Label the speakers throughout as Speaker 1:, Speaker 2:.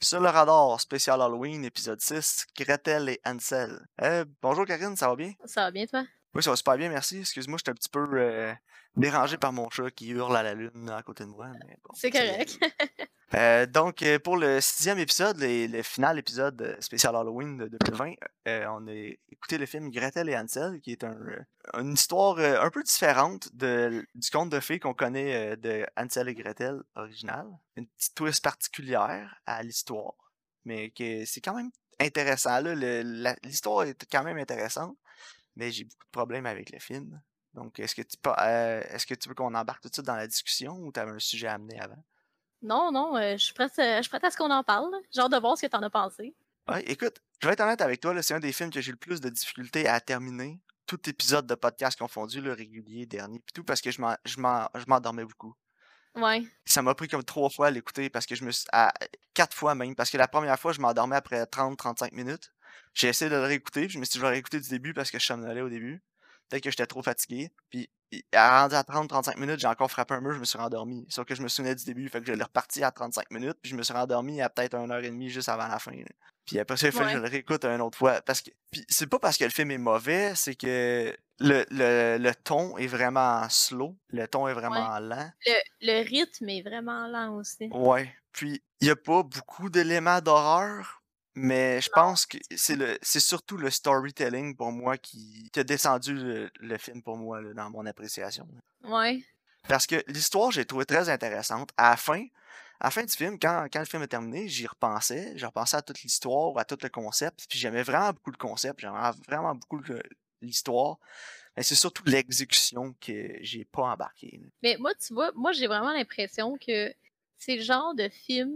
Speaker 1: Sur le radar, spécial Halloween, épisode 6, Gretel et Ansel. Euh, bonjour Karine, ça va bien?
Speaker 2: Ça va bien, toi?
Speaker 1: Oui, ça va super bien, merci. Excuse-moi, j'étais un petit peu euh, dérangé par mon chat qui hurle à la lune à côté de moi. mais bon,
Speaker 2: C'est correct.
Speaker 1: Euh, donc, euh, pour le sixième épisode, le, le final épisode euh, spécial Halloween de 2020, euh, on a écouté le film Gretel et Hansel, qui est un, euh, une histoire euh, un peu différente de, du conte de fées qu'on connaît euh, de Hansel et Gretel original. Une petite twist particulière à l'histoire, mais que c'est quand même intéressant. là. Le- la- L'histoire est quand même intéressante, mais j'ai beaucoup de problèmes avec le film. Donc, est-ce que tu, pa- euh, est-ce que tu veux qu'on embarque tout de suite dans la discussion ou tu avais un sujet à amener avant?
Speaker 2: Non, non, euh, je suis prête, euh, je suis prête à ce qu'on en parle. là. J'ai hâte de voir ce que t'en as pensé.
Speaker 1: Ouais, écoute, je vais être honnête avec toi, là, c'est un des films que j'ai le plus de difficultés à terminer. Tout épisode de podcast confondu, le régulier, dernier, puis tout, parce que je m'en- je m'en- je m'endormais beaucoup.
Speaker 2: Ouais.
Speaker 1: Ça m'a pris comme trois fois à l'écouter, parce que je me suis. à- quatre fois même, parce que la première fois, je m'endormais après 30-35 minutes. J'ai essayé de le réécouter, puis je me suis dit, je vais le réécouter du début parce que je somnolais au début. Peut-être que j'étais trop fatigué. Puis, il- à rendu à 30-35 minutes, j'ai encore frappé un mur, je me suis rendormi. Sauf que je me souvenais du début, fait que je l'ai reparti à 35 minutes, puis je me suis rendormi à peut-être 1h30 juste avant la fin. là. Puis après ça, il faut que je
Speaker 2: Ouais.
Speaker 1: le réécoute une autre fois. Parce que. Puis c'est pas parce que le film est mauvais, c'est que le, le, le ton est vraiment slow, le ton est vraiment lent.
Speaker 2: Le, le rythme est vraiment lent aussi.
Speaker 1: Ouais. Puis, il n'y a pas beaucoup d'éléments d'horreur, mais je pense que c'est le c'est surtout le storytelling pour moi qui, qui a descendu le, le film pour moi là, dans mon appréciation.
Speaker 2: Ouais.
Speaker 1: Parce que l'histoire, j'ai trouvé très intéressante. À la fin, à la fin du film, quand, quand le film est terminé, j'y repensais. J'y repensais à toute l'histoire, à tout le concept. Puis j'aimais vraiment beaucoup le concept. J'aimais vraiment beaucoup le- l'histoire. Mais c'est surtout l'exécution que j'ai pas embarqué. là.
Speaker 2: Mais moi, tu vois, moi, j'ai vraiment l'impression que c'est le genre de film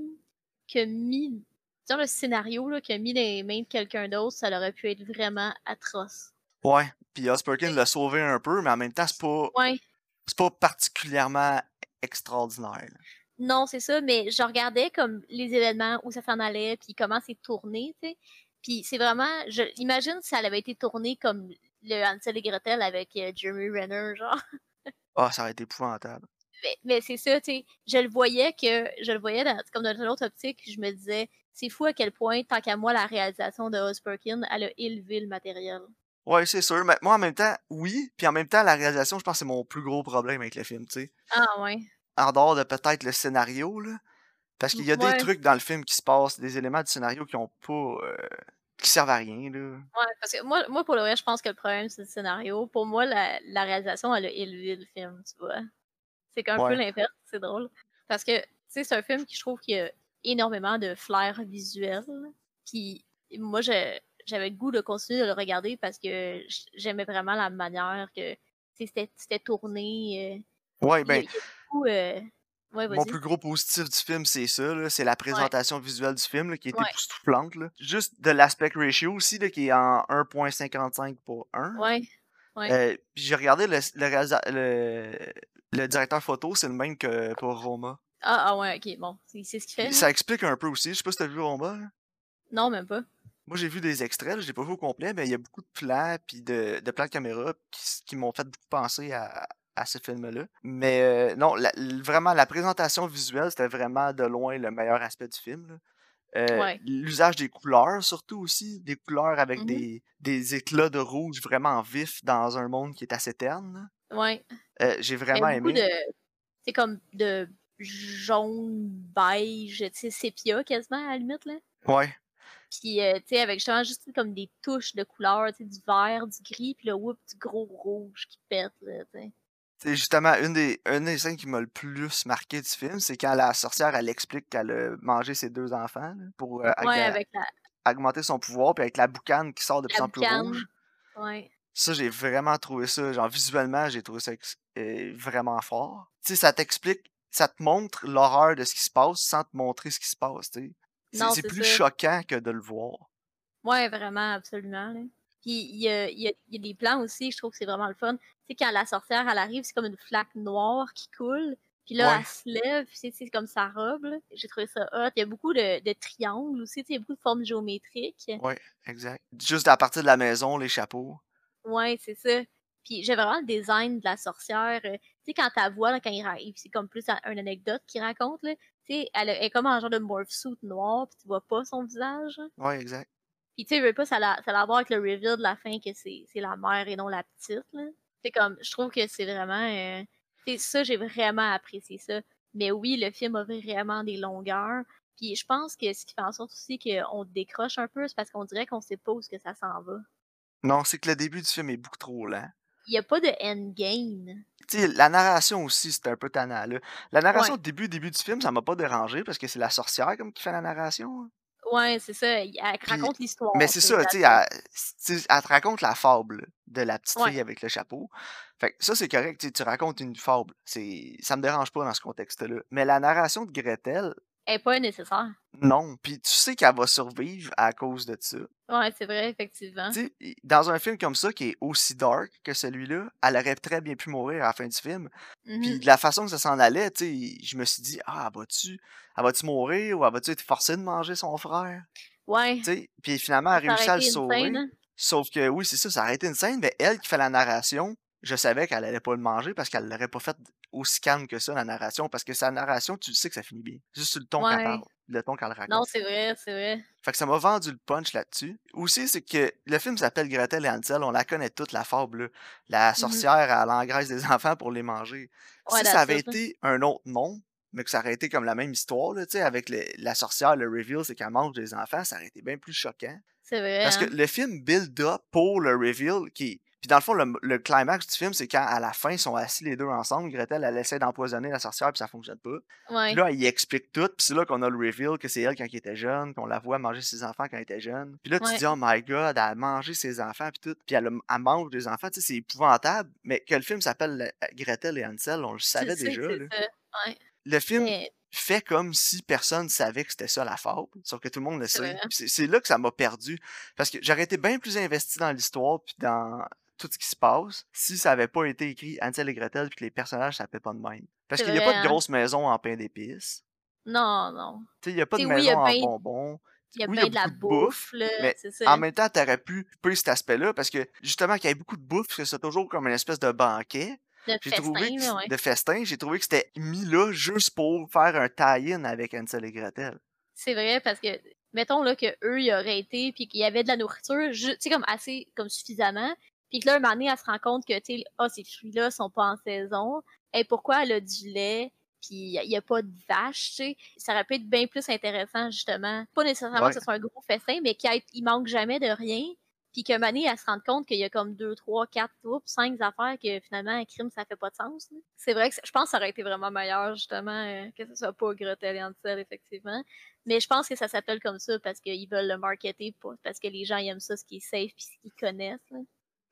Speaker 2: que mis. Genre le scénario là, que mis dans les mains de quelqu'un d'autre, ça aurait pu être vraiment atroce.
Speaker 1: Ouais. Puis Osperkin l'a sauvé un peu, mais en même temps, c'est pas.
Speaker 2: Ouais.
Speaker 1: c'est pas particulièrement extraordinaire. là.
Speaker 2: Non, c'est ça, mais je regardais comme les événements où ça s'en allait, puis comment c'est tourné, tu sais. Puis c'est vraiment, je imagine si ça avait été tourné comme le Hansel et Gretel avec euh, Jeremy Renner, genre.
Speaker 1: Ah, ça aurait été épouvantable.
Speaker 2: Mais, mais c'est ça, tu sais, je le voyais que, je le voyais dans- comme dans une autre optique, je me disais, c'est fou à quel point, tant qu'à moi, la réalisation de Oz Perkin, elle a élevé le matériel.
Speaker 1: Ouais, c'est sûr. Mais moi, en même temps, oui. Puis en même temps, la réalisation, je pense que c'est mon plus gros problème avec le film, tu sais.
Speaker 2: Ah ouais.
Speaker 1: En dehors de peut-être le scénario, là. Parce qu'il y a
Speaker 2: Ouais.
Speaker 1: des trucs dans le film qui se passent, des éléments du scénario qui ont pas. euh, qui servent à rien, là.
Speaker 2: Ouais, parce que moi, moi pour le vrai, je pense que le problème, c'est le scénario. Pour moi, la, la réalisation, elle a élevé le film, tu vois. C'est qu'un
Speaker 1: Ouais.
Speaker 2: peu l'inverse, c'est drôle. Parce que, tu sais, c'est un film qui, je trouve, qu'il y a énormément de flair visuel. Puis, moi, je- j'avais le goût de continuer de le regarder parce que j- j'aimais vraiment la manière que, tu sais, c'était- c'était tourné.
Speaker 1: Ouais,
Speaker 2: euh, il y a-
Speaker 1: ben,
Speaker 2: il y a beaucoup, euh, Ouais,
Speaker 1: Mon
Speaker 2: vas-y.
Speaker 1: plus gros positif du film, c'est ça, là, c'est la présentation visuelle du film là, qui est
Speaker 2: Ouais.
Speaker 1: époustouflante. là. Juste de l'aspect ratio aussi, là, qui est en 1.55 pour 1.
Speaker 2: Ouais. Ouais.
Speaker 1: Euh, puis j'ai regardé le, le, réalisa- le, le directeur photo, c'est le même que pour Roma.
Speaker 2: Ah, ah, ouais, ok, bon. C'est c'est ce qu'il fait.
Speaker 1: Puis
Speaker 2: là.
Speaker 1: Ça explique un peu aussi. Je sais pas si t'as vu Roma. là.
Speaker 2: Non, même pas.
Speaker 1: Moi, j'ai vu des extraits, là, je l'ai pas vu au complet, mais il y a beaucoup de plans puis de, de plans de caméra qui, s- qui m'ont fait beaucoup penser à, à ce film-là. Mais euh, non, la- l- vraiment, la présentation visuelle, c'était vraiment de loin le meilleur aspect du film. là. Euh,
Speaker 2: Ouais.
Speaker 1: L'usage des couleurs, surtout aussi, des couleurs avec
Speaker 2: Mhm.
Speaker 1: des, des éclats de rouge vraiment vifs dans un monde qui est assez terne.
Speaker 2: Ouais.
Speaker 1: là. Euh, j'ai
Speaker 2: Mais
Speaker 1: vraiment aimé.
Speaker 2: beaucoup de. C'est comme de jaune, beige, tu sais, sépia quasiment à la limite, là.
Speaker 1: Ouais.
Speaker 2: Puis, euh, tu sais, avec justement juste comme des touches de couleurs, tu sais, du vert, du gris, puis le whoop, du gros rouge qui pète, là, tu sais.
Speaker 1: C'est justement une des, une des scènes qui m'a le plus marqué du film, c'est quand la sorcière, elle explique qu'elle a mangé ses deux enfants là, pour euh,
Speaker 2: Ouais,
Speaker 1: aga-
Speaker 2: avec la,
Speaker 1: augmenter son pouvoir, puis avec la boucane qui sort de plus
Speaker 2: la
Speaker 1: en plus
Speaker 2: boucane.
Speaker 1: rouge.
Speaker 2: Ouais.
Speaker 1: Ça, j'ai vraiment trouvé ça, genre visuellement, j'ai trouvé ça ex- euh, vraiment fort. Tu sais, ça t'explique, ça te montre l'horreur de ce qui se passe sans te montrer ce qui se passe, tu sais. C'est-
Speaker 2: Non,
Speaker 1: C'est
Speaker 2: c'est
Speaker 1: plus
Speaker 2: ça.
Speaker 1: choquant que de le voir.
Speaker 2: Ouais, vraiment, absolument, là. Puis, il y a, il y a- il y a des plans aussi, je trouve que c'est vraiment le fun. Tu sais, quand la sorcière, elle arrive, c'est comme une flaque noire qui coule. Puis là,
Speaker 1: Ouais.
Speaker 2: elle se lève, puis c'est- c'est comme sa robe, là. J'ai trouvé ça hot. Il y a beaucoup de, de triangles aussi, tu sais, il y a beaucoup de formes géométriques.
Speaker 1: Ouais, exact. Juste à partir de la maison, les chapeaux.
Speaker 2: Ouais, c'est ça. Puis j'ai vraiment le design de la sorcière. euh, Tu sais, quand ta voix, là, quand il arrive, c'est comme plus à- une anecdote qu'il raconte, là. Tu sais, elle, a- elle est comme un genre de morph suit noir, puis tu vois pas son visage.
Speaker 1: Ouais, exact.
Speaker 2: Puis tu sais, veux pas, ça l'a ça l'a à voir avec le reveal de la fin que c'est c'est la mère et non la petite, là. C'est comme, je trouve que c'est vraiment... euh, c'est ça, j'ai vraiment apprécié ça. Mais oui, le film a vraiment des longueurs. Puis je pense que ce qui fait en sorte aussi qu'on décroche un peu, c'est parce qu'on dirait qu'on sait pas où est-ce que ça s'en va.
Speaker 1: Non, c'est que le début du film est beaucoup trop lent.
Speaker 2: Il y a pas de endgame.
Speaker 1: Tu sais, la narration aussi, c'était un peu tannant, là. La narration au début, début du film, ça m'a pas dérangé parce que c'est la sorcière comme qui fait la narration. hein.
Speaker 2: Ouais, c'est ça. il- Elle te raconte l'histoire.
Speaker 1: Mais c'est ça, tu sais, elle, tu sais, elle te raconte la fable de la petite
Speaker 2: Ouais.
Speaker 1: fille avec le chapeau. Fait que ça, c'est correct, tu sais, tu racontes une fable. C'est, ça me dérange pas dans ce contexte-là. Mais la narration de Gretel,
Speaker 2: Elle est pas nécessaire.
Speaker 1: non. Puis tu sais qu'elle va survivre à cause de ça.
Speaker 2: Ouais, c'est vrai, effectivement.
Speaker 1: Tu sais, i- dans un film comme ça, qui est aussi dark que celui-là, elle aurait très bien pu mourir à la fin du film.
Speaker 2: Mhm.
Speaker 1: Puis de la façon que ça s'en allait, tu sais, je me suis dit, ah, elle va-tu, elle va-tu mourir ou elle va-tu être forcée de manger son frère?
Speaker 2: Ouais.
Speaker 1: Tu sais, puis finalement, elle
Speaker 2: ça aurait
Speaker 1: réussit à le
Speaker 2: été une
Speaker 1: sauver.
Speaker 2: scène. hein?
Speaker 1: Sauf que oui, c'est ça, ça aurait été une scène, mais elle qui fait la narration, je savais qu'elle allait pas le manger parce qu'elle l'aurait pas fait aussi calme que ça, la narration, parce que sa narration, tu le sais que ça finit bien. Juste sur le ton qu'elle
Speaker 2: Ouais.
Speaker 1: parle, le ton qu'elle raconte.
Speaker 2: Non, c'est vrai, c'est vrai.
Speaker 1: Fait que ça m'a vendu le punch là-dessus. Aussi, c'est que le film s'appelle Gretel et Hansel, on la connaît toute, la fable, là. La sorcière, elle engraisse des enfants pour les manger.
Speaker 2: Mmh Ouais,
Speaker 1: si
Speaker 2: that's
Speaker 1: ça avait
Speaker 2: it, là.
Speaker 1: été un autre nom, mais que ça aurait été comme la même histoire, là, tu sais, avec le- la sorcière, le reveal, c'est qu'elle mange des enfants, ça aurait été bien plus choquant.
Speaker 2: C'est vrai.
Speaker 1: Parce que
Speaker 2: hein.
Speaker 1: le film build up pour le reveal qui. Puis dans le fond, le, le climax du film, c'est quand à la fin, ils sont assis les deux ensemble. Gretel, elle essaie d'empoisonner la sorcière, puis ça fonctionne pas.
Speaker 2: hein? Ouais.
Speaker 1: Puis là, il explique tout, puis c'est là qu'on a le reveal que c'est elle quand elle était jeune, qu'on la voit manger ses enfants quand elle était jeune. Puis là, tu
Speaker 2: Ouais.
Speaker 1: dis, oh my god, elle a mangé ses enfants, puis tout. Puis elle, a- elle mange des enfants, tu sais, c'est épouvantable. Mais que le film s'appelle euh, Gretel et Hansel, on le
Speaker 2: Tu
Speaker 1: savait
Speaker 2: sais que
Speaker 1: déjà.
Speaker 2: c'est
Speaker 1: là.
Speaker 2: ça.
Speaker 1: Le film
Speaker 2: Mais
Speaker 1: fait comme si personne savait que c'était ça la fable, sauf que tout le monde le sait.
Speaker 2: C'est vrai.
Speaker 1: Puis C'est c'est là que ça m'a perdu, parce que j'aurais été bien plus investi dans l'histoire puis dans tout ce qui se passe si ça avait pas été écrit Hansel et Gretel puis que les personnages s'appelaient pas de même. Parce
Speaker 2: C'est
Speaker 1: qu'il n'y a
Speaker 2: vrai,
Speaker 1: pas de
Speaker 2: hein.
Speaker 1: grosse maison en pain d'épices,
Speaker 2: non, non.
Speaker 1: tu sais, il n'y a pas de
Speaker 2: T'sais, oui, il y
Speaker 1: maison
Speaker 2: a
Speaker 1: en
Speaker 2: ben-
Speaker 1: bonbons.
Speaker 2: Il y a
Speaker 1: Oui, il y a
Speaker 2: bien de la
Speaker 1: beaucoup de bouffe,
Speaker 2: bouffe, là.
Speaker 1: mais
Speaker 2: C'est ça.
Speaker 1: En même temps, t'aurais pu couper cet aspect-là, parce que justement, qu'il y ait beaucoup de bouffe, parce que c'est toujours comme une espèce de banquet,
Speaker 2: Notre
Speaker 1: j'ai
Speaker 2: festin,
Speaker 1: trouvé que
Speaker 2: là,
Speaker 1: c-
Speaker 2: ouais.
Speaker 1: de festin, j'ai trouvé que c'était mis là juste pour faire un tie-in avec Hansel et Gretel.
Speaker 2: C'est vrai, parce que, mettons, là, que eux, ils auraient été, puis qu'il y avait de la nourriture, ju- tu sais, comme assez, comme suffisamment. Puis que là, un moment donné, elle se rend compte que, tu sais, ah, ces fruits-là sont pas en saison. Et pourquoi elle a du lait, puis il y a- il y a pas de vache, tu sais. Ça aurait pu être bien plus intéressant, justement. Pas nécessairement
Speaker 1: Ouais.
Speaker 2: que ce soit un gros festin, mais qu'il y ait- il manque jamais de rien. Puis qu'un moment donné, elle se rende compte qu'il y a comme deux, trois, quatre, oups, cinq affaires que finalement, un crime, ça fait pas de sens. là. C'est vrai que c- je pense que ça aurait été vraiment meilleur, justement, euh, que ce soit pas Gretel et Hansel, effectivement. Mais je pense que ça s'appelle comme ça parce qu'ils veulent le marketer, pour- parce que les gens ils aiment ça, ce qui est safe puis ce qu'ils connaissent. là.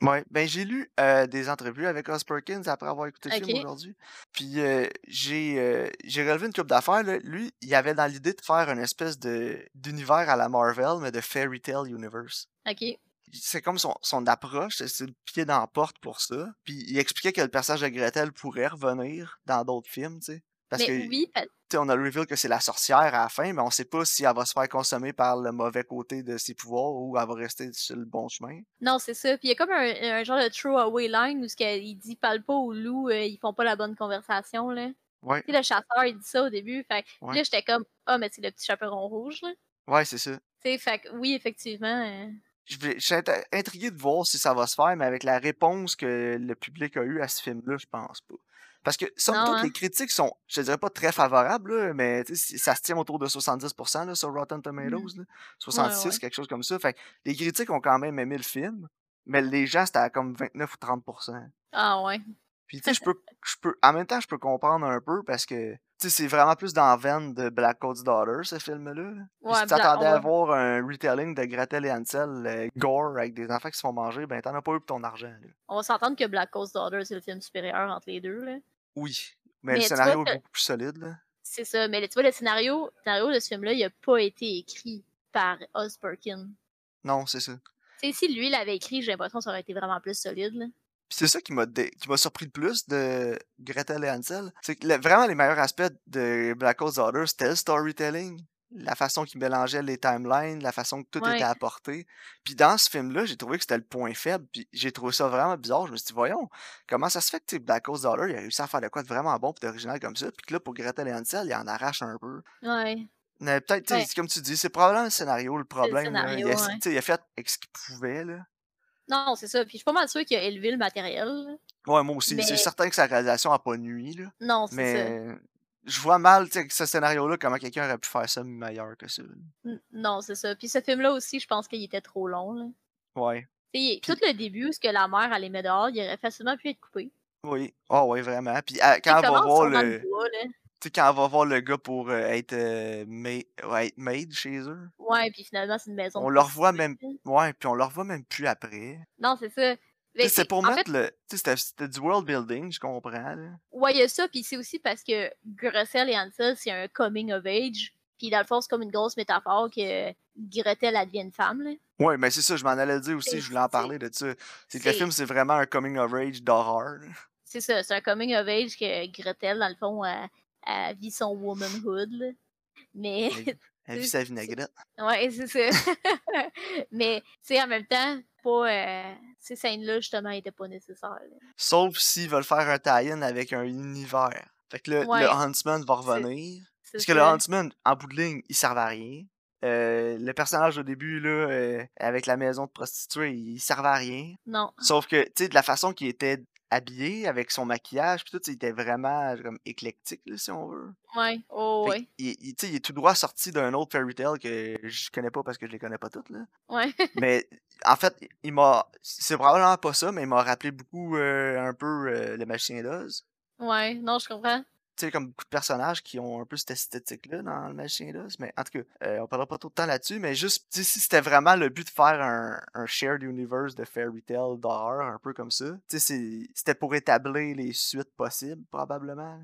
Speaker 1: Ouais, ben j'ai lu euh, des entrevues avec Ross Perkins après avoir écouté le film
Speaker 2: Ok.
Speaker 1: aujourd'hui. Puis euh, j'ai euh, j'ai relevé une coupe d'affaires. là. Lui, il avait dans l'idée de faire une espèce de d'univers à la Marvel, mais de Fairy Tale Universe.
Speaker 2: OK.
Speaker 1: C'est comme son, son approche, c'est- c'est le pied dans la porte pour ça. Puis il expliquait que le personnage de Gretel pourrait revenir dans d'autres films, tu sais. Parce
Speaker 2: Mais
Speaker 1: que
Speaker 2: oui, pa-
Speaker 1: tu sais, on a le reveal que c'est la sorcière à la fin, mais on sait pas si elle va se faire consommer par le mauvais côté de ses pouvoirs ou elle va rester sur le bon chemin.
Speaker 2: non, c'est ça. Puis il y a comme un, un genre de throwaway line où ce que- il dit parle pas au loup, euh, ils font pas la bonne conversation. Là.
Speaker 1: Ouais,
Speaker 2: Tu sais, le chasseur, il dit ça au début. Fait que
Speaker 1: Ouais.
Speaker 2: là, j'étais comme, ah, mais c'est le petit chaperon rouge. Là.
Speaker 1: ouais, c'est ça.
Speaker 2: Tu sais, fait que oui, effectivement. euh,
Speaker 1: Je vais- je suis int- intrigué de voir si ça va se faire, mais avec la réponse que le public a eue à ce film-là, je pense pas. Parce que, somme
Speaker 2: Non,
Speaker 1: toute,
Speaker 2: hein.
Speaker 1: les critiques sont, je te dirais pas très favorables, là, mais tu sais, si- ça se tient autour de 70% là, sur Rotten Tomatoes, là, 66,
Speaker 2: Mmh. ouais.
Speaker 1: quelque chose comme ça. Fait que les critiques ont quand même aimé le film, mais les gens, c'était à comme 29 ou 30%.
Speaker 2: Ah, ouais.
Speaker 1: Puis tu sais, je peux, je peux, en même temps, je peux comprendre un peu parce que, tu sais, c'est vraiment plus dans la veine de Black Coat's Daughter, ce film-là. là. Puis
Speaker 2: Ouais,
Speaker 1: si
Speaker 2: bla-
Speaker 1: t'attendais
Speaker 2: on
Speaker 1: à
Speaker 2: va-
Speaker 1: voir un retelling de Gretel et Hansel, euh, gore, avec des enfants qui se font manger, ben t'en as pas eu pour ton argent, là.
Speaker 2: on va s'entendre que Black Coast Daughter, c'est le film supérieur entre les deux. Là.
Speaker 1: Oui, mais,
Speaker 2: Mais
Speaker 1: le
Speaker 2: tu vois
Speaker 1: scénario
Speaker 2: que-
Speaker 1: est beaucoup plus solide, là.
Speaker 2: C'est ça, mais le- tu vois, le scénario, le scénario de ce film-là, il a pas été écrit par Oz Perkin.
Speaker 1: Non, c'est ça.
Speaker 2: Tu sais, si lui l'avait écrit, j'ai l'impression que ça aurait été vraiment plus solide. Là.
Speaker 1: Puis c'est ça qui m'a dé- qui m'a surpris le plus de Gretel et Hansel. C'est que le- vraiment les meilleurs aspects de Black Ops Daughter, c'était le storytelling. la façon qu'il mélangeait les timelines, la façon que tout
Speaker 2: Ouais.
Speaker 1: était apporté. Puis dans ce film-là, j'ai trouvé que c'était le point faible, puis j'ai trouvé ça vraiment bizarre. Je me suis dit, voyons, comment ça se fait que tu sais, Black Hole Dollar, il a réussi à faire de quoi de vraiment bon et d'original comme ça, puis que là, pour Gretel et Hansel, il en arrache un peu.
Speaker 2: Ouais.
Speaker 1: Mais peut-être, tu sais,
Speaker 2: Ouais.
Speaker 1: comme tu dis, c'est probablement le scénario, le problème. là.
Speaker 2: scénario,
Speaker 1: il, a,
Speaker 2: ouais.
Speaker 1: tu sais, il a fait avec ce qu'il pouvait, là.
Speaker 2: Non, c'est ça. Puis je suis pas mal sûre qu'il a élevé le matériel. là.
Speaker 1: Ouais, moi aussi, c'est
Speaker 2: Mais-
Speaker 1: certain que sa réalisation a pas nuit, là.
Speaker 2: Non, c'est ça.
Speaker 1: Mais je vois mal, tu sais, avec ce scénario-là, comment quelqu'un aurait pu faire ça meilleur que ça. là.
Speaker 2: N- Non, c'est ça. Puis ce film-là aussi, je pense qu'il était trop long. Là.
Speaker 1: Ouais.
Speaker 2: Tu sais, Tout le début, où ce que la mère allait mettre dehors, il aurait facilement pu être coupé.
Speaker 1: Oui. Ah ouais, vraiment. Puis à-
Speaker 2: Tu sais,
Speaker 1: quand on va
Speaker 2: comment
Speaker 1: voir
Speaker 2: ils sont dans le
Speaker 1: le.
Speaker 2: bois, là?
Speaker 1: tu sais, quand on va voir le gars pour euh, être, euh, ma- ouais, être maid chez eux,
Speaker 2: Ouais, puis finalement, c'est une maison.
Speaker 1: on
Speaker 2: de
Speaker 1: le revoit
Speaker 2: prostituées,
Speaker 1: même.
Speaker 2: là.
Speaker 1: Ouais, puis on le revoit même plus après.
Speaker 2: Non, c'est ça.
Speaker 1: Tu
Speaker 2: Mais
Speaker 1: sais, C'est
Speaker 2: c'est-
Speaker 1: pour
Speaker 2: en
Speaker 1: mettre
Speaker 2: fait,
Speaker 1: le. tu sais, C'était c'était du world building, je comprends. là.
Speaker 2: Ouais, il y a ça, puis c'est aussi parce que Gretel et Hansel, c'est un coming of age. Puis dans le fond, c'est comme une grosse métaphore que Gretel advienne femme. Là.
Speaker 1: Ouais, mais c'est ça, je m'en allais dire aussi,
Speaker 2: C'est-
Speaker 1: je voulais en
Speaker 2: c'est-
Speaker 1: parler de ça. C'est que le
Speaker 2: c'est-
Speaker 1: film, c'est vraiment un coming of age d'horreur. là.
Speaker 2: C'est ça, c'est un coming of age que Gretel, dans le fond, elle, elle vit son womanhood. là. Mais,
Speaker 1: Elle- Elle vit
Speaker 2: C'est-
Speaker 1: sa vinaigrette.
Speaker 2: ouais, c'est ça. Mais, tu sais, en même temps, pas, euh, ces scènes-là, justement, étaient pas nécessaires. là.
Speaker 1: Sauf s'ils veulent faire un tie-in avec un univers. Fait que là,
Speaker 2: Ouais.
Speaker 1: le Huntsman va
Speaker 2: C'est-
Speaker 1: revenir.
Speaker 2: C'est
Speaker 1: Parce que le
Speaker 2: ça.
Speaker 1: Huntsman, en bout de ligne, il servait à rien. Euh, le personnage au début, là, euh, avec la maison de prostituée, il servait à rien.
Speaker 2: Non,
Speaker 1: Sauf que, tu sais, de la façon qu'il était habillé, avec son maquillage, pis tout, tu sais, il était vraiment comme éclectique, là, si on veut.
Speaker 2: ouais, oh,
Speaker 1: Fait
Speaker 2: ouais,
Speaker 1: qu'il- il, tu sais, il est tout droit sorti d'un autre fairy tale que je connais pas parce que je les connais pas toutes, là.
Speaker 2: ouais.
Speaker 1: Mais en fait, il m'a. C'est probablement pas ça, mais il m'a rappelé beaucoup euh, un peu euh, le Magicien d'Oz.
Speaker 2: ouais, non, je comprends.
Speaker 1: Tu sais, comme beaucoup de personnages qui ont un peu cette esthétique-là dans le Magicien d'Oz. Mais en tout cas, euh, on parlera pas tout le temps là-dessus, mais juste tu sais, si c'était vraiment le but de faire un, un shared universe de fairy tale d'horreur, un peu comme ça. Tu sais, c'est- c'était pour établir les suites possibles, probablement.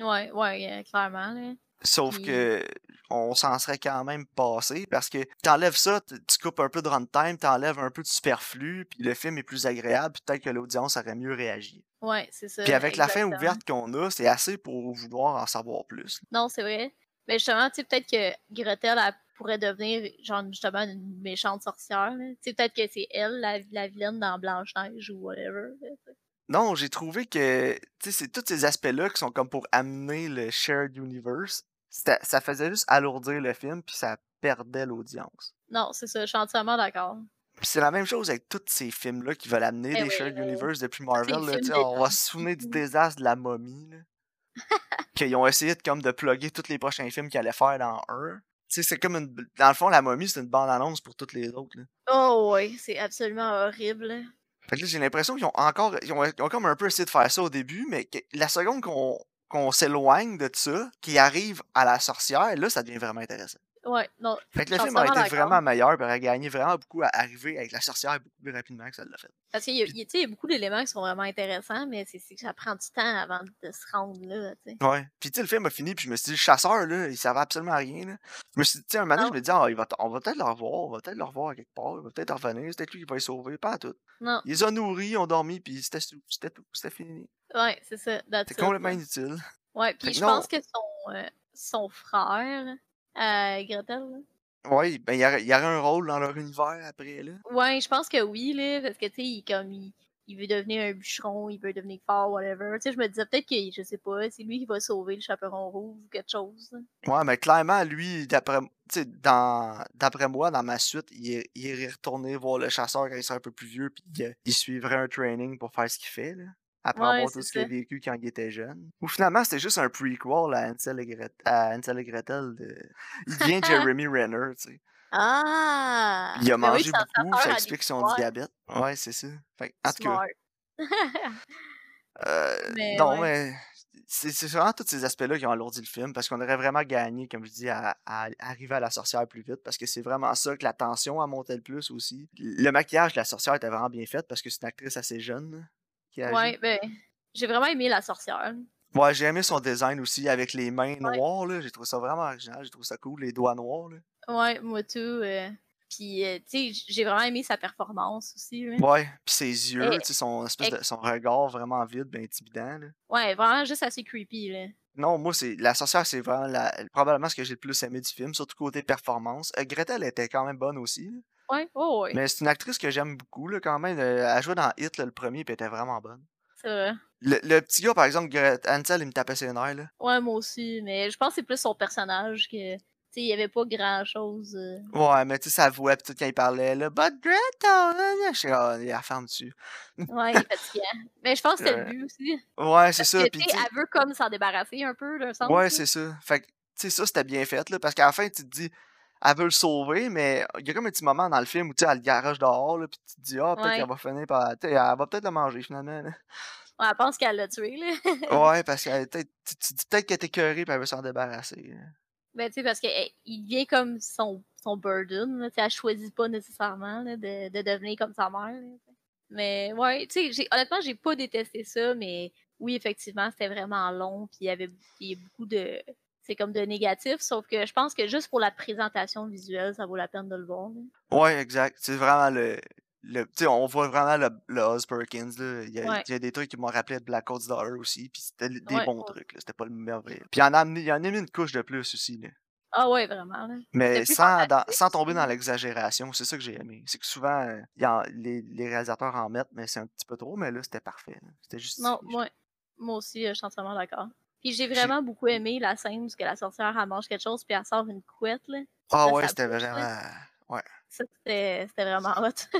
Speaker 2: Ouais, ouais, euh, clairement, là.
Speaker 1: Sauf
Speaker 2: Puis-
Speaker 1: que on s'en serait quand même passé parce que t'enlèves ça, t- tu coupes un peu de runtime, t'enlèves un peu de superflu, puis le film est plus agréable, puis peut-être que l'audience aurait mieux réagi.
Speaker 2: Ouais, c'est ça.
Speaker 1: Puis avec la fin
Speaker 2: Euh, exactement.
Speaker 1: ouverte qu'on a, c'est assez pour vouloir en savoir plus.
Speaker 2: Non, c'est vrai. Mais justement, tu sais, peut-être que Gretel, elle pourrait devenir, genre, justement, une méchante sorcière. là. Tu sais, peut-être que c'est elle, la, la vilaine dans Blanche-Neige ou whatever. là.
Speaker 1: Non, j'ai trouvé que tu sais, c'est tous ces aspects-là qui sont comme pour amener le shared universe. Ça, ça faisait juste alourdir le film, puis ça perdait l'audience.
Speaker 2: Non, c'est ça, je suis entièrement d'accord.
Speaker 1: Puis c'est la même chose avec tous ces films-là qui veulent amener
Speaker 2: Eh
Speaker 1: des
Speaker 2: oui,
Speaker 1: Shared
Speaker 2: oui, oui.
Speaker 1: Universe depuis Marvel.
Speaker 2: les
Speaker 1: là,
Speaker 2: films
Speaker 1: tu sais,
Speaker 2: de-
Speaker 1: on va se souvenir du désastre de la momie. là. Qu'ils ont essayé de, comme, de plugger tous les prochains films qu'ils allaient faire dans un. Tu sais, c'est comme une. Dans le fond, la momie, c'est une bande-annonce pour toutes les autres. là.
Speaker 2: Oh, ouais, c'est absolument horrible.
Speaker 1: Fait que là, j'ai l'impression qu'ils ont encore. Ils ont, ils ont comme un peu essayé de faire ça au début, mais que la seconde qu'on qu'on s'éloigne de ça, qu'ils arrivent à la sorcière, là, ça devient vraiment intéressant.
Speaker 2: Ouais, non,
Speaker 1: Fait que le
Speaker 2: Je suis
Speaker 1: film a été
Speaker 2: entièrement d'accord.
Speaker 1: vraiment meilleur, puis aurait gagné vraiment beaucoup à arriver avec la sorcière beaucoup plus rapidement que ça l'a fait.
Speaker 2: parce qu'il y, a- il y a- tu sais, il y a beaucoup d'éléments qui sont vraiment intéressants, mais c'est c'est que ça prend du temps avant de se rendre là, tu sais.
Speaker 1: Ouais. Puis tu sais, le film a fini, puis je me suis dit, le chasseur, là, il savait absolument à rien. Là. Je me suis dit, tu sais, un moment donné,
Speaker 2: Non.
Speaker 1: je me dis, ah, il va t- on va peut-être le revoir, on va peut-être le revoir à quelque part, il va peut-être revenir, c'est peut-être lui qui va les sauver, pas à tout.
Speaker 2: Non,
Speaker 1: Ils les ont nourris, ils ont dormi, puis c'était tout, c'était tout, c'était fini.
Speaker 2: ouais, c'est ça. that's
Speaker 1: C'était
Speaker 2: it,
Speaker 1: complètement
Speaker 2: là.
Speaker 1: inutile.
Speaker 2: Ouais,
Speaker 1: Fait
Speaker 2: puis
Speaker 1: que
Speaker 2: je
Speaker 1: non.
Speaker 2: pense que son, euh, son frère, euh, Gretel, là,
Speaker 1: Ouais, ben, il y aurait il y aurait un rôle dans leur univers après, là.
Speaker 2: Ouais, je pense que oui, là, parce que, tu sais, il, comme, il, il veut devenir un bûcheron, il veut devenir fort, whatever. Tu sais, je me disais peut-être que, je sais pas, c'est lui qui va sauver le chaperon rouge ou quelque chose. là.
Speaker 1: Ouais, mais clairement, lui, d'après m- tu sais, dans- d'après moi, dans ma suite, il, est- il irait retourner voir le chasseur quand il serait un peu plus vieux, puis euh, il suivrait un training pour faire ce qu'il fait, là, après
Speaker 2: Ouais,
Speaker 1: avoir
Speaker 2: c'est
Speaker 1: tout ce qu'il a
Speaker 2: ça.
Speaker 1: vécu quand il était jeune. Ou finalement, c'était juste un prequel à Ansel et, Gret- à Hansel et Gretel. de- Il devient Jeremy Renner, tu sais.
Speaker 2: Ah!
Speaker 1: Il a
Speaker 2: Ben oui,
Speaker 1: mangé
Speaker 2: ça- ça
Speaker 1: beaucoup,
Speaker 2: sert
Speaker 1: ça
Speaker 2: à
Speaker 1: explique
Speaker 2: des
Speaker 1: son
Speaker 2: pouvoirs.
Speaker 1: diabète. Ouais, c'est ça. Fait, que, en tout cas,
Speaker 2: Smart.
Speaker 1: euh,
Speaker 2: Mais
Speaker 1: non,
Speaker 2: ouais.
Speaker 1: mais c'est c'est vraiment tous ces aspects-là qui ont alourdi le film parce qu'on aurait vraiment gagné, comme je dis, à, à arriver à la sorcière plus vite parce que c'est vraiment ça que la tension a monté le plus aussi. Le maquillage de la sorcière était vraiment bien fait parce que c'est une actrice assez jeune là, qui a
Speaker 2: Ouais, ben, j'ai vraiment aimé la sorcière.
Speaker 1: Ouais, j'ai aimé son design aussi avec les mains
Speaker 2: Ouais.
Speaker 1: noires. là, J'ai trouvé ça vraiment original, j'ai trouvé ça cool, les doigts noirs. Là.
Speaker 2: Ouais, moi tout. euh, Puis, euh, tu sais, j'ai vraiment aimé sa performance aussi. là.
Speaker 1: Ouais, puis ses yeux,
Speaker 2: Et-
Speaker 1: tu sais, son, espèce
Speaker 2: et-
Speaker 1: de, son regard vraiment vide, ben intimidant. là.
Speaker 2: Ouais, vraiment juste assez creepy, là.
Speaker 1: Non, moi, c'est la sorcière, c'est vraiment la- probablement ce que j'ai le plus aimé du film, surtout côté performance. Euh, Gretel était quand même bonne aussi. là.
Speaker 2: Ouais, oh, ouais,
Speaker 1: Mais c'est une actrice que j'aime beaucoup, là, quand même. Euh, Elle jouait dans Hit, là, le premier, puis elle était vraiment bonne.
Speaker 2: c'est vrai.
Speaker 1: Le, le petit gars, par exemple, Gret- Ansel, il me tapait ses nerfs, là.
Speaker 2: Ouais, moi aussi, mais je pense que c'est plus son personnage que. Tu sais, il y avait pas euh, grand chose.
Speaker 1: Ouais, mais tu sais, sa voix, pis tout, quand il parlait, là, But Gretel, gna, gna, je suis comme, Ah, la ferme dessus.
Speaker 2: Ouais, il est fatigant. Mais je pense que c'était le
Speaker 1: Ouais.
Speaker 2: but aussi.
Speaker 1: Ouais, c'est
Speaker 2: Parce
Speaker 1: ça.
Speaker 2: que,
Speaker 1: Pis,
Speaker 2: tu sais,
Speaker 1: tu sais,
Speaker 2: elle veut comme s'en débarrasser un peu d'un sens.
Speaker 1: ouais,
Speaker 2: là.
Speaker 1: c'est ça. Fait que, tu sais, ça, c'était bien fait, là, parce qu'à la fin, tu te dis, elle veut le sauver, mais il y a comme un petit moment dans le film où, tu sais, elle le garage dehors, là, pis tu te dis, ah, peut-être
Speaker 2: Ouais.
Speaker 1: qu'elle va finir par. Tu sais, elle va peut-être le manger, finalement, là.
Speaker 2: Ouais, elle pense qu'elle l'a tué, là.
Speaker 1: Ouais, parce que tu tu te dis peut-être qu'elle était curée, pis elle veut s'en débarrasser, là.
Speaker 2: Ben, tu sais, parce qu'il devient comme son, son burden. Là, Tu sais, elle choisit pas nécessairement là, de, de devenir comme sa mère. là, tu sais. mais ouais, tu sais, j'ai- honnêtement, j'ai pas détesté ça, mais oui, effectivement, c'était vraiment long. Puis il y avait il y a beaucoup de. C'est comme de négatif, sauf que je pense que juste pour la présentation visuelle, ça vaut la peine de le voir. là.
Speaker 1: Ouais, exact. C'est vraiment le. le tu sais, on voit vraiment le, le Oz Perkins. Là. Il, y a,
Speaker 2: Ouais.
Speaker 1: il y a des trucs qui m'ont rappelé de Black Ops Dollar aussi. Puis c'était l- des
Speaker 2: Ouais,
Speaker 1: bons
Speaker 2: ouais.
Speaker 1: trucs. là, C'était pas le merveilleux. Puis il en a amené, il en a mis une couche de plus aussi. Là.
Speaker 2: Ah ouais, vraiment. là.
Speaker 1: Mais
Speaker 2: plus
Speaker 1: sans, dans-
Speaker 2: fantastique
Speaker 1: sans tomber
Speaker 2: aussi.
Speaker 1: dans l'exagération. C'est ça que j'ai aimé. C'est que souvent, euh, il y en- les, les réalisateurs en mettent, mais c'est un petit peu trop. Mais là, c'était parfait. là. C'était juste.
Speaker 2: Non, moi, moi aussi, euh, je suis entièrement d'accord. Puis j'ai vraiment beaucoup aimé la scène où ce que la sorcière elle mange quelque chose puis elle sort une couette. Là.
Speaker 1: Ah
Speaker 2: ça,
Speaker 1: ouais,
Speaker 2: ça
Speaker 1: c'était
Speaker 2: bouge, là.
Speaker 1: vraiment. Ouais.
Speaker 2: Ça, c'était c'était vraiment hot.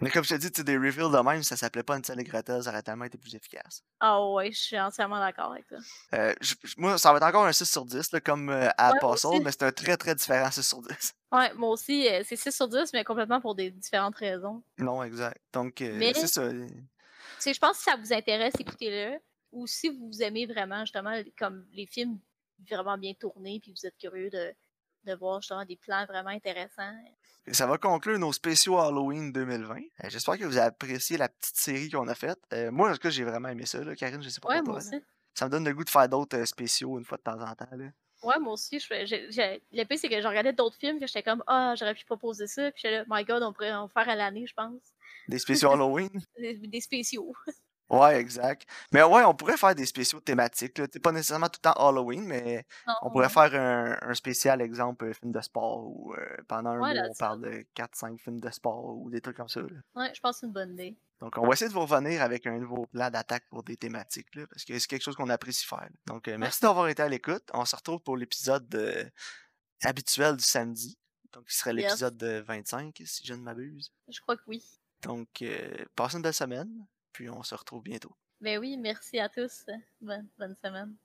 Speaker 1: Mais comme je te dis, tu sais, des reveals de même, ça s'appelait pas une salle grateuse, ça aurait tellement été plus efficace.
Speaker 2: Ah ouais, je suis entièrement d'accord avec ça.
Speaker 1: Euh, je- je- moi, ça va être encore un 6 sur 10, là, comme euh, à
Speaker 2: Ouais, moi
Speaker 1: Puzzle,
Speaker 2: aussi.
Speaker 1: mais c'est un très très différent 6 sur 10.
Speaker 2: Ouais, moi aussi, euh, c'est 6 sur 10, mais complètement pour des différentes raisons.
Speaker 1: Non, exact. Donc, euh,
Speaker 2: Mais-
Speaker 1: c'est ça.
Speaker 2: Tu sais, je pense que si ça vous intéresse, écoutez-le. Ou si vous aimez vraiment, justement, comme les films vraiment bien tournés, puis vous êtes curieux de, de voir, justement, des plans vraiment intéressants.
Speaker 1: Ça va conclure nos spéciaux Halloween 2020. Euh, J'espère que vous avez apprécié la petite série qu'on a faite. Euh, moi, en tout cas, j'ai vraiment aimé ça, là, Karine, je sais pas
Speaker 2: Ouais,
Speaker 1: pour
Speaker 2: moi
Speaker 1: toi. là.
Speaker 2: aussi.
Speaker 1: Ça me donne le goût de faire d'autres euh, spéciaux une fois de temps en temps. là.
Speaker 2: Ouais, moi aussi. Je, fais- j'ai- j'ai- le pire, c'est que je regardais d'autres films que j'étais comme, ah, j'aurais pu proposer ça. Puis j'étais là, my god, on pourrait en faire à l'année, je pense.
Speaker 1: Des spéciaux Halloween.
Speaker 2: Des, des spéciaux.
Speaker 1: Ouais, exact. Mais ouais, on pourrait faire des spéciaux thématiques. là. T'sais, Pas nécessairement tout le temps Halloween, mais on pourrait faire un, un spécial, exemple, euh, film de sport, ou euh, pendant un
Speaker 2: Ouais,
Speaker 1: mois,
Speaker 2: là,
Speaker 1: on
Speaker 2: ça.
Speaker 1: parle de 4-5 films de sport, ou des trucs comme ça. là.
Speaker 2: Ouais, je pense que c'est une bonne idée.
Speaker 1: Donc, on va essayer de vous revenir avec un nouveau plan d'attaque pour des thématiques, là, parce que c'est quelque chose qu'on apprécie faire. là. Donc, euh, merci d'avoir été à l'écoute. On se retrouve pour l'épisode euh, habituel du samedi, donc qui serait
Speaker 2: Yes.
Speaker 1: l'épisode de 25, si je ne m'abuse.
Speaker 2: Je crois que oui.
Speaker 1: Donc, euh, passez une belle semaine, puis on se retrouve bientôt.
Speaker 2: Ben oui, merci à tous. Bonne, bonne semaine.